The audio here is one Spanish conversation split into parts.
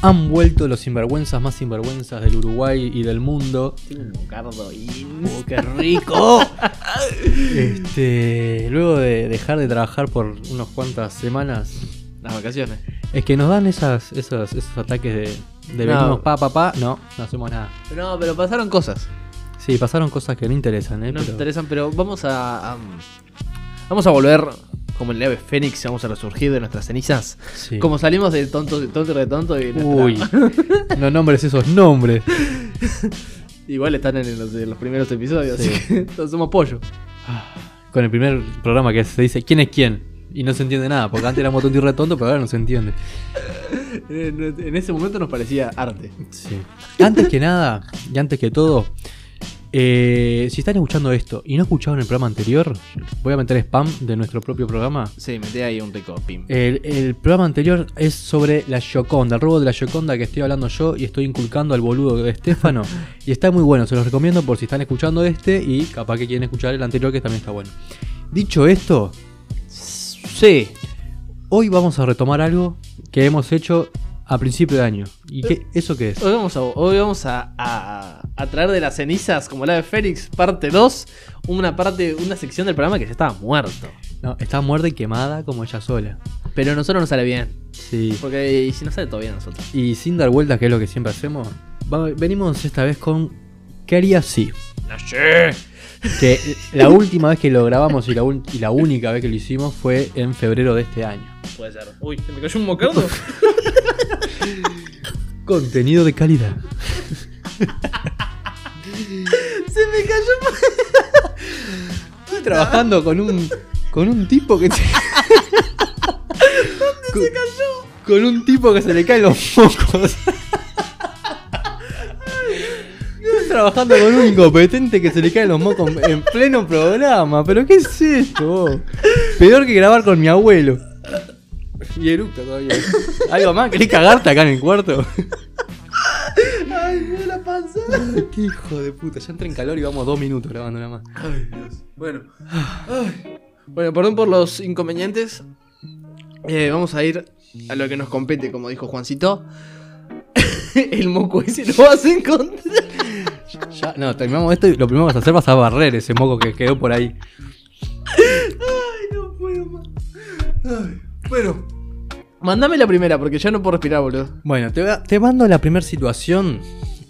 Han vuelto los sinvergüenzas más sinvergüenzas del Uruguay y del mundo. Tiene un mocardo y. ¡Oh, qué rico! este, luego de dejar de trabajar por unas cuantas semanas, Las vacaciones. es que nos dan esas, esas, esos ataques de, de No. venimos pa, pa, pa. No, no hacemos nada. No, pero pasaron cosas. Sí, pasaron cosas que no interesan, ¿eh? No nos Pero- interesan, pero vamos a, a- Vamos a volver como el ave Fénix, vamos a resurgir de nuestras cenizas. sí. Como salimos de tonto, de tonto, de tonto y nuestra- Uy, no nombres esos nombres. Igual están en los, en los primeros episodios, Sí. así que todos somos pollo. Con el primer programa que se dice quién es quién. Y no se entiende nada, porque antes éramos tonto y re tonto, pero ahora no se entiende. En, en ese momento nos parecía arte. Sí. Antes que nada, y antes que todo, eh, si están escuchando esto y no escucharon el programa anterior, voy a meter spam de nuestro propio programa. Sí, metí ahí un rico pim. El, el programa anterior es sobre la Gioconda, el robo de la Gioconda que estoy hablando yo y estoy inculcando al boludo de Estefano. y está muy bueno, se los recomiendo por si están escuchando este y capaz que quieren escuchar el anterior que también está bueno. Dicho esto, Sí. hoy vamos a retomar algo que hemos hecho a principio de año. ¿Y qué, eso qué es? Hoy vamos, a, hoy vamos a, a- a traer de las cenizas, como la de Fénix, parte 2, una parte, una sección del programa que ya estaba muerto. No, está muerta y quemada como ella sola. Pero a nosotros nos sale bien. Sí. Porque y si nos sale todo bien a nosotros. Y sin dar vueltas, que es lo que siempre hacemos, va- venimos esta vez con ¿Qué haría si? No sé. Que la última vez que lo grabamos y la, un- y la única vez que lo hicimos fue en febrero de este año. Puede ser. Uy, se me cayó un mocardo. Contenido de calidad. se me cayó un mocardo. Estoy trabajando con un con un tipo que con, se cayó? Con un tipo que se le caen los mocos. Estoy trabajando con un incompetente que se le caen los mocos en pleno programa. ¿Pero qué es esto? vos? Peor que grabar con mi abuelo. Y eructa todavía. ¿Algo más? ¿Querés cagarte acá en el cuarto? Ay, me la panza. qué hijo de puta. Ya entra en calor y vamos dos minutos grabando nada más. Ay, Dios. Bueno. Ah. Ay. Bueno, perdón por los inconvenientes. Eh, vamos a ir a lo que nos compete, como dijo Juancito. El moco ese lo vas a encontrar. Ya, no, terminamos esto y lo primero que vas a hacer vas a barrer ese moco que quedó por ahí. Ay, no puedo más. Ay, bueno. Mandame la primera, porque ya no puedo respirar, boludo. Bueno, te, va- te mando a la primera situación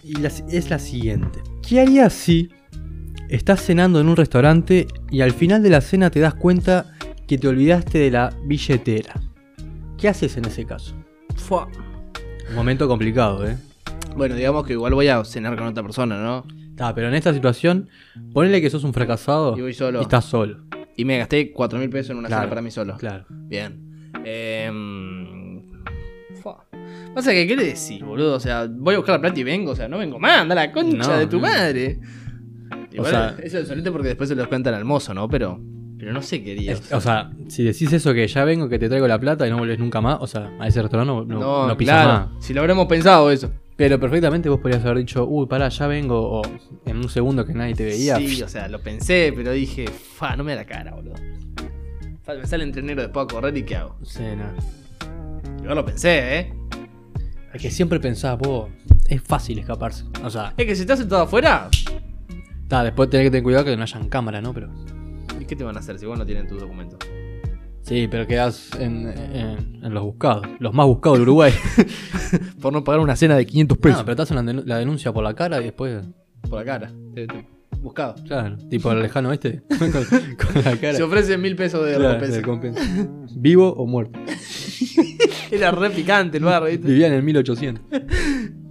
y la si- es la siguiente. ¿Qué harías si estás cenando en un restaurante y al final de la cena te das cuenta que te olvidaste de la billetera? ¿Qué haces en ese caso? Fua. Un momento complicado, ¿eh? Bueno, digamos que igual voy a cenar con otra persona, ¿no? Ta, pero en esta situación, ponele que sos un fracasado Y voy solo. y estás solo. Y me gasté 4 mil pesos en una Claro, cena para mí solo. Claro. Bien. Em, fua. O sea, ¿qué querés decir, boludo? O sea, voy a buscar la plata y vengo. O sea, no vengo más. Anda la concha No, de tu no. madre. Igual, sea- eso es solete porque después se los cuentan al mozo, ¿no? Pero, pero no sé qué haría. Es- o sea, si decís eso que ya vengo, que te traigo la plata y no volvés nunca más, o sea, a ese restaurante no, no, no pisas más. Si lo habremos pensado eso. Pero perfectamente vos podrías haber dicho, uy, pará, ya vengo, o en un segundo que nadie te veía. Sí, o sea, lo pensé, pero dije, fa, no me da la cara, boludo. Fa, Me sale entrenero después a correr y ¿qué hago? Sí, no. Yo lo pensé, ¿eh? Es que siempre pensás, vos, es fácil escaparse. O sea, Es que si estás sentado afuera, ta, después tenés que tener cuidado que no hayan cámara, ¿no? Pero. ¿y qué te van a hacer si vos no tienen tus documentos? Sí, pero quedás en, en- en los buscados, los más buscados del Uruguay. Por no pagar una cena de 500 no, pero te hacen la denu- la denuncia por la cara y después. Por la cara. Te- te- Buscado. Claro, tipo el lejano este, con, con la cara. Se ofrecen mil pesos de Claro, recompensa. de compensa. Vivo o muerto. Era re picante el bar, ¿viste? Vivía en el 1800.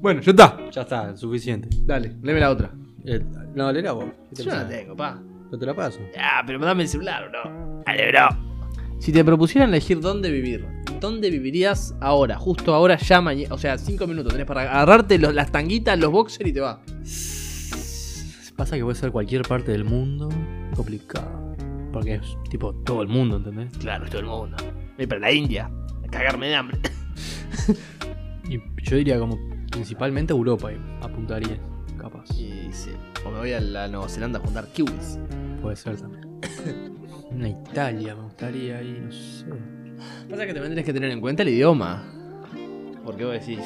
Bueno, ya está. Ya está, suficiente. Dale, léeme la otra. Eh, no, leerá vos. ¿Qué te Yo no la pasa? tengo, pa. Yo te la paso. Ah, pero dame el celular, bro. Dale, bro. Si te propusieran elegir dónde vivir, ¿dónde vivirías ahora? Justo ahora, ya mañana. O sea, cinco minutos tenés para agarrarte los- las tanguitas, los boxers y te vas. Pasa que puede ser cualquier parte del mundo complicado. Porque es tipo todo el mundo, ¿entendés? Claro, todo el mundo. Me para la India. A cagarme de hambre. Y yo diría como principalmente Europa y apuntaría, capaz. Y sí. O me voy a la Nueva Zelanda a juntar kiwis. Puede ser también. Una Italia me gustaría ahí, no sé. Pasa que también tenés que tener en cuenta el idioma. Porque vos decís,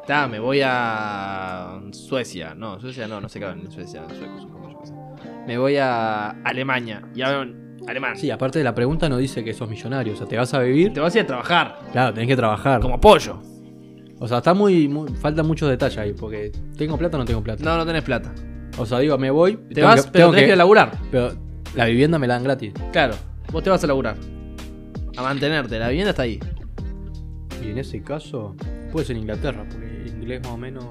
Está, me voy a Suecia. No, Suecia no, no sé qué hablan en Suecia. Suecos, supongo, yo qué sé. Me voy a Alemania y hablan alemán. Sí, aparte de la pregunta no dice que sos millonario, o sea, te vas a vivir. Te vas a ir a trabajar Claro, tenés que trabajar. como pollo. O sea, está muy, muy- Falta mucho detalle ahí, porque ¿tengo plata o no tengo plata? No, no tenés plata. O sea, digo, me voy. Te tengo vas, que- pero tengo tenés que... ir a que- laburar. pero la vivienda me la dan gratis. Claro, vos te vas a laburar. A mantenerte, la vivienda está ahí. Y en ese caso, puede ser Inglaterra, porque el inglés más o menos.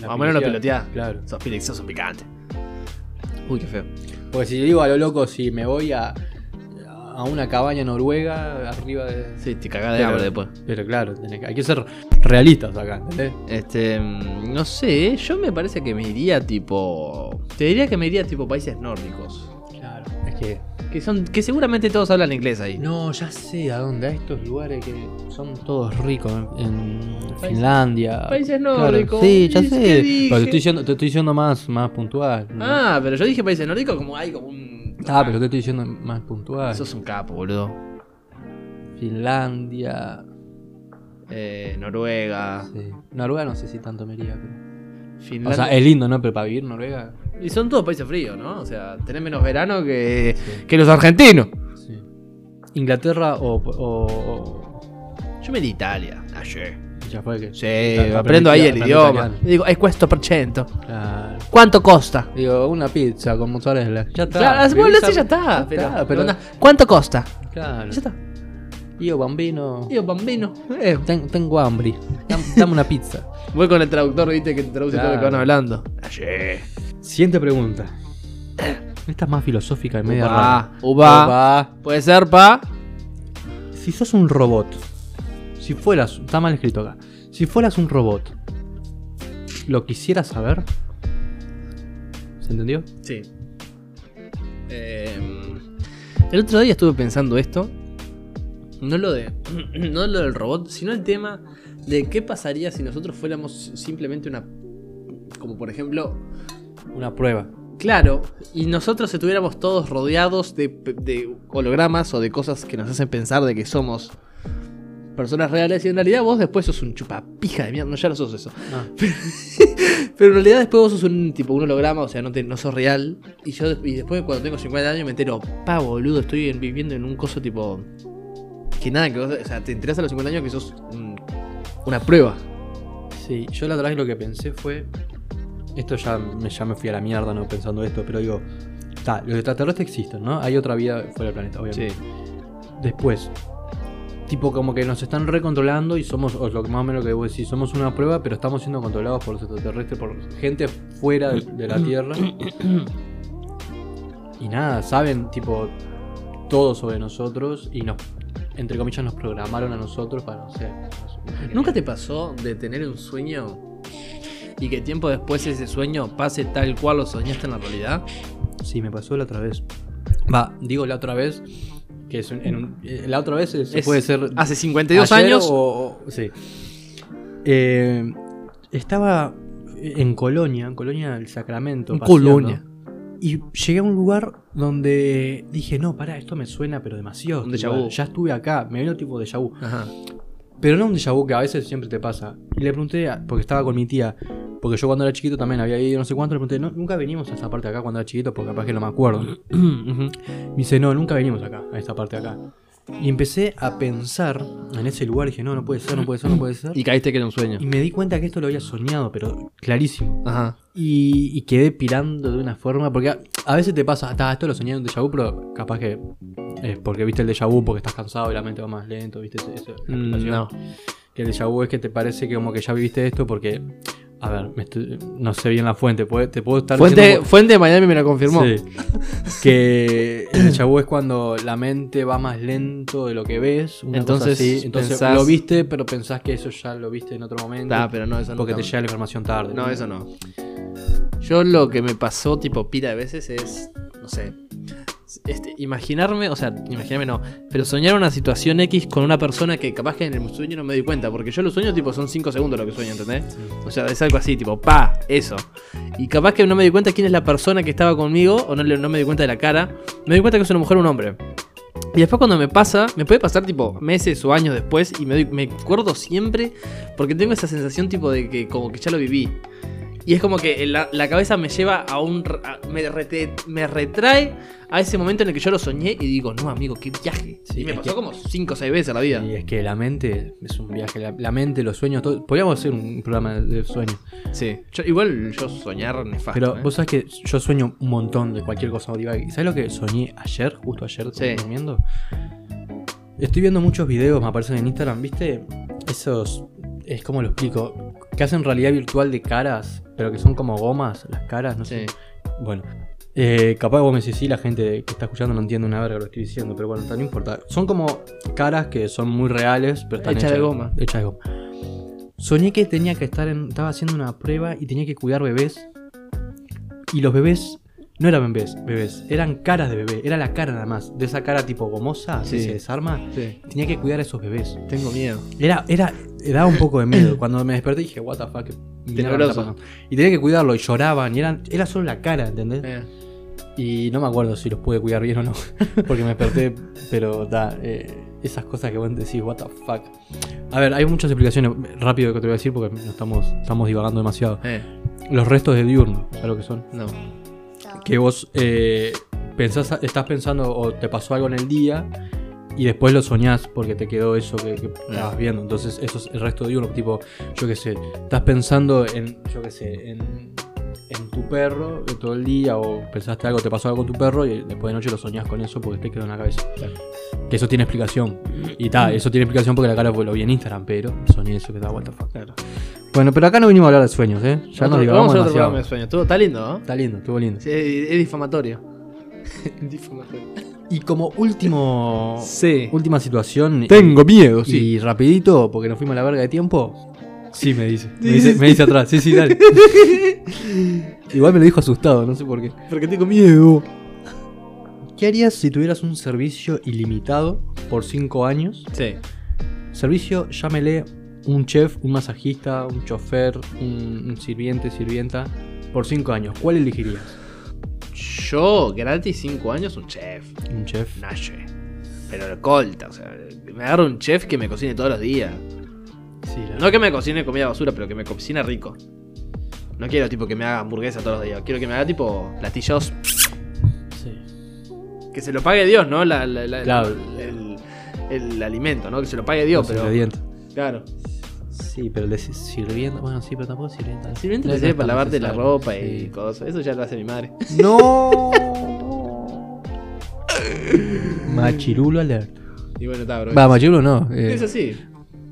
la Más o menos lo pilotea. piloteás. Claro. Sos picante. Sos picante. Uy, qué feo. Porque si digo a lo loco, si me voy a, a una cabaña noruega, arriba de. Sí, te cagás de Pero- hambre después. Pero claro, tenés que- hay que ser realistas acá, ¿entendés? Este, mm, no sé, yo me parece que me iría tipo... Te diría que me iría tipo países nórdicos. Claro. Es que. Que son que seguramente todos hablan inglés ahí. No, ya sé a dónde, a estos lugares que son todos ricos en, en Finlandia. países Claro, nórdicos. Sí, ya ¿Y qué sé. dije? Pero te estoy diciendo, te estoy diciendo más, más puntual. ¿no? Ah, pero yo dije países nórdicos como hay como un... ah, Ah, pero te estoy diciendo más puntual. Sos un capo, boludo. Finlandia. Eh, Noruega. sí. Noruega no sé si tanto me iría. pero- O Finlandia. sea, eh. es lindo, ¿no? Pero para vivir en Noruega. Y son todos países fríos, ¿no? O sea, tenés menos verano que, Sí. que los argentinos. Sí. Inglaterra o, o, o- Yo me iría a Italia. Ayer. Ya fue que. Sí, Aprendí- aprendo ahí el aprendí idioma. italiano. Y digo, ¿es cuesto per cento? Claro. ¿Cuánto costa? Digo, una pizza con mozzarella. Ya está. Claro, vos Vivís lo haces a- y ya está. Pero, pero- onda, ¿Cuánto costa? Claro. Ya está. Yo, bambino. Digo, bambino. Eh, Ten- tengo hambre. Dam- Dame una pizza. voy con el traductor, viste, que te traduce todo lo que Claro. van hablando. Ayer. Siguiente pregunta. Esta es más filosófica y media rara. Uba. Uba. Opa. Puede ser pa. Si sos un robot, si fueras, está mal escrito acá, si fueras un robot, ¿lo quisieras saber? ¿Se entendió? Sí. Em, el otro día estuve pensando esto. No lo de. No lo del robot, sino el tema de qué pasaría si nosotros fuéramos simplemente una. Como por ejemplo. Una prueba. Claro, y nosotros estuviéramos todos rodeados de, de hologramas o de cosas que nos hacen pensar de que somos personas reales y en realidad vos después sos un chupapija de mierda, no, ya no sos eso. Ah. Pero en realidad después vos sos un tipo un holograma, o sea, no, te, no sos real. Y yo des- y después cuando tengo 50 años me entero, pa boludo, estoy en- viviendo en un coso tipo. Que nada, que vos, o sea, te enterás a los 50 años que sos un- una prueba. Sí, yo la otra vez lo que pensé fue. Esto ya me, ya me fui a la mierda no pensando esto, pero digo. Está, los extraterrestres existen, ¿no? Hay otra vida fuera del planeta, obviamente. Después, tipo como que nos están recontrolando y somos, o lo que más o menos lo que vos decís, somos una prueba, pero estamos siendo controlados por los extraterrestres, por gente fuera de, de la Tierra. Y nada, saben, tipo, todo sobre nosotros y nos, entre comillas, nos programaron a nosotros para, no sé. no sé, ¿Nunca te pasó de tener un sueño y que tiempo después ese sueño pase tal cual lo soñaste en la realidad? Sí, me pasó la otra vez. Va, digo la otra vez, que es un- en un- eh, la otra vez es- Es puede ser Hace 52 Ayer años. o- o- sí. Eh, estaba en Colonia, en Colonia del Sacramento. En paseando, Colonia. Y llegué a un lugar donde dije, no, pará, esto me suena, pero demasiado. Un este déjà lugar. vu. Ya estuve acá, me vino tipo de vu. Ajá. Pero no un déjà vu que a veces siempre te pasa. Y le pregunté, a- porque estaba con mi tía, porque yo cuando era chiquito también había ido no sé cuánto, le pregunté, "No, nunca venimos a esta parte de acá cuando era chiquito, porque capaz que no me acuerdo. Ujú. Me dice, no, nunca venimos acá, a esta parte de acá. Y empecé a pensar en ese lugar y dije, no, no puede ser, no puede ser, no puede ser. y caíste que era un sueño. Y me di cuenta que esto lo había soñado, pero clarísimo. Ajá. Y, y quedé pirando de una forma, porque a, a veces te pasa, "Ah, esto lo soñé en un déjà vu, pero capaz que es porque viste el déjà vu, porque estás cansado y la mente va más lento, viste ese- esa explicación. Mm, No. Que el déjà vu es que te parece que como que ya viviste esto porque, a ver, me estoy- no sé bien la fuente, puede- te puedo estar diciendo- Fuente, fuente de Miami me lo confirmó. Sí. Que el déjà vu es cuando la mente va más lento de lo que ves. una cosa Entonces, así. entonces pensás- lo viste, pero pensás que eso ya lo viste en otro momento. Ah, pero no, eso no. porque te cambia. llega la información tarde. No, eso no. Yo lo que me pasó, tipo, pila de veces es, no sé, este, imaginarme, o sea, imaginarme no, pero soñar una situación X con una persona que capaz que en el sueño no me doy cuenta, porque yo lo sueño, tipo, son 5 segundos lo que sueño, ¿entendés? O sea, es algo así, tipo, pa, eso. Y capaz que no me doy cuenta quién es la persona que estaba conmigo, o no, le- no me doy cuenta de la cara, me doy cuenta que es una mujer o un hombre. Y después cuando me pasa, me puede pasar tipo meses o años después y me, doy- me acuerdo siempre porque tengo esa sensación tipo de que como que ya lo viví. Y es como que la, la cabeza me lleva a un... r- a- me, rete- me retrae a ese momento en el que yo lo soñé y digo, no amigo, qué viaje. Sí, y me es pasó que- como 5 o 6 veces a la vida. Y es que la mente es un viaje, la, la mente, los sueños, todo. Podríamos hacer un programa de, de sueños. Sí. Yo- igual yo soñar nefasto. Pero ¿eh? vos sabés que yo sueño un montón de cualquier cosa. divague. ¿Y sabés lo que soñé ayer, justo ayer, Sí. durmiendo? Estoy viendo muchos videos, me aparecen en Instagram, ¿viste? Esos, es como lo explico, que hacen realidad virtual de caras, pero que son como gomas, las caras, no Sí. sé. Bueno, eh, capaz vos me decís, sí, la gente que está escuchando no entiende una verga lo que estoy diciendo, pero bueno, no importa. Son como caras que son muy reales, pero están Hecha de hechas goma. Hechas de goma. Soñé que tenía que estar en. Estaba haciendo una prueba y tenía que cuidar bebés. Y los bebés no eran bebés, bebés, eran caras de bebé, era la cara nada más, de esa cara tipo gomosa, Sí. que se desarma. sí. Tenía que cuidar a esos bebés. Tengo miedo. Era, era, daba un poco de miedo. Cuando me desperté dije, what the fuck. qué mierda me está Tenebroso. pasando". Y tenía que cuidarlo y lloraban y eran, era solo la cara, ¿entendés? Eh. Y no me acuerdo si los pude cuidar bien o no, porque me desperté, pero da, eh, esas cosas que vos decís, what the fuck. A ver, hay muchas explicaciones, rápido que te voy a decir porque no estamos, estamos divagando demasiado. Eh. Los restos de diurno, ¿sabes lo que son? No. Que vos eh, pensás, estás pensando o te pasó algo en el día y después lo soñás porque te quedó eso que, que estabas viendo. Entonces, eso es el resto de diurno, tipo, yo qué sé, estás pensando en, yo qué sé, en, en tu perro eh, todo el día o pensaste algo, te pasó algo con tu perro y después de noche lo soñás con eso porque te quedó en la cabeza. Claro. Mm. Que eso tiene explicación. Y tal, eso tiene explicación porque la cara pues, lo vi en Instagram, pero soñé eso que estaba what the fuck. Claro. Bueno, pero acá no vinimos a hablar de sueños, ¿eh? Ya nos Otro- vamos a divagamos hacer otro demasiado. programa de sueño. Estuvo- Está lindo, ¿no? Está lindo, estuvo lindo. Sí, es es difamatorio. difamatorio. Y como último. Sí. Última situación. miedo, y, y rapidito, porque nos fuimos a la verga de tiempo. Sí, me dice. Me Sí, dice, sí, me dice atrás. Sí, sí, dale. Igual me lo dijo asustado, no sé por qué. Porque tengo miedo. ¿Qué harías si tuvieras un servicio ilimitado por 5 años? Sí. Servicio, llámele un chef, un masajista, un chofer, un, un sirviente, sirvienta. Por 5 años, ¿cuál elegirías? Yo, gratis 5 años, un chef. Un chef. Nache. Pero lo colta, o sea, me agarro un chef que me cocine todos los días. Sí, la- No que me cocine comida basura, pero que me cocine rico. No quiero tipo que me haga hamburguesa todos los días. Quiero que me haga tipo platillos. sí. Que se lo pague Dios, ¿no? La- la- la- Claro. El, el alimento, ¿no? Que se lo pague Dios, Los pero. ingredientes. Claro. Sí, pero el de si- sirvienta. Bueno, sí, pero tampoco sirvienta. Simplemente No te es sirve tan para lavarte la necesario. ropa y Sí. cosas. Eso ya lo hace mi madre. ¡No! Machirulo alert. Y bueno, está, bro. Va, machirulo no. eh, Es así.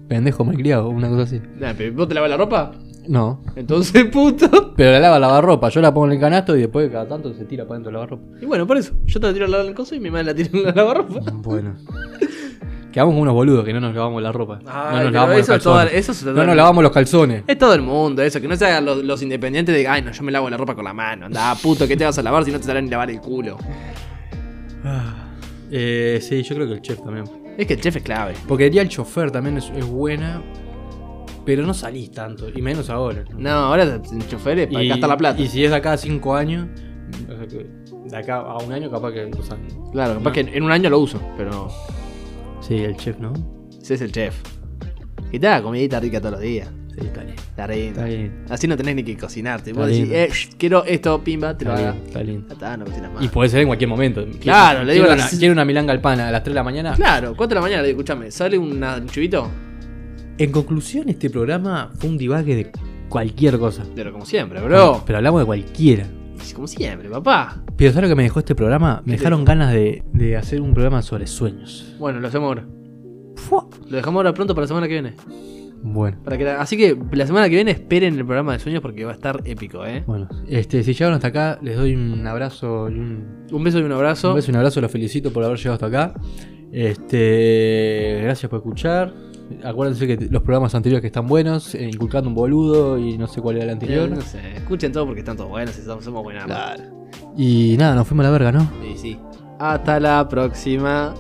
pendejo malcriado, una cosa así. Nah, pero ¿Vos te lavas la ropa? No. Entonces, puto. Pero la lava lavarropa. Yo la pongo en el canasto y después cada tanto se tira para dentro la lavarropa. Y bueno, por eso. Yo te la tiro al lado del coso y mi madre la tira en la pues. lavarropa. Bueno. Quedamos como unos boludos que no nos lavamos la ropa. Ay, no Ah, pero nos lavamos los eso es todo- calzones. eso es no totalmente- nos lavamos los calzones. Es todo el mundo eso, que no se hagan los, los independientes de, ay no, yo me lavo la ropa con la mano, anda puto, ¿qué te vas a lavar si no te sabrán ni lavar el culo? Eh, sí, yo creo que el chef también. Es que el chef es clave. Porque diría el chofer también es, es buena. Pero no salís tanto. Y menos ahora. No, ahora el chofer es para gastar la plata. Y si es de acá a 5 años, o sea que de acá a un año capaz que... o sea, claro, capaz que en un año lo uso, pero sí, el chef, ¿no? ese es el chef. Que te haga comidita rica todos los días. Sí, está bien. Está re lindo. Está bien. Así no tenés ni que cocinarte. Está Vos decís, lindo. eh, sh, quiero esto, pimba, te lo Está haga. bien, está lindo. Ah, está, no cocinas más. Y puede ser en cualquier momento. Claro, le digo a quiero una, las- quiero una milanga al pan a las 3 de la mañana. Ah, Claro, 4 de la mañana, le digo, escuchame, ¿sale una- un chivito? En conclusión, este programa fue un divague de cualquier cosa. Pero como siempre, bro. Pero hablamos de cualquiera. Como siempre, papá. Pero ¿sabes lo que me dejó este programa? Me ¿Qué te dejaron ganas de, de hacer un programa sobre sueños. Bueno, lo hacemos ahora. Fua. Lo dejamos ahora pronto para la semana que viene. Bueno. Para que la- Así que la semana que viene esperen el programa de sueños porque va a estar épico, ¿eh? Bueno, este, si llegaron hasta acá, les doy un abrazo y un Un beso y un abrazo. Un beso, y un abrazo, los felicito por haber llegado hasta acá. Este, gracias por escuchar. Acuérdense que los programas anteriores que están buenos, eh, inculcando un boludo y no sé cuál era el Eh, anterior. no sé, escuchen todo porque están todos buenos y somos, somos buenas. Claro. Y nada, nos fuimos a la verga, ¿no? Sí, sí. Hasta la próxima.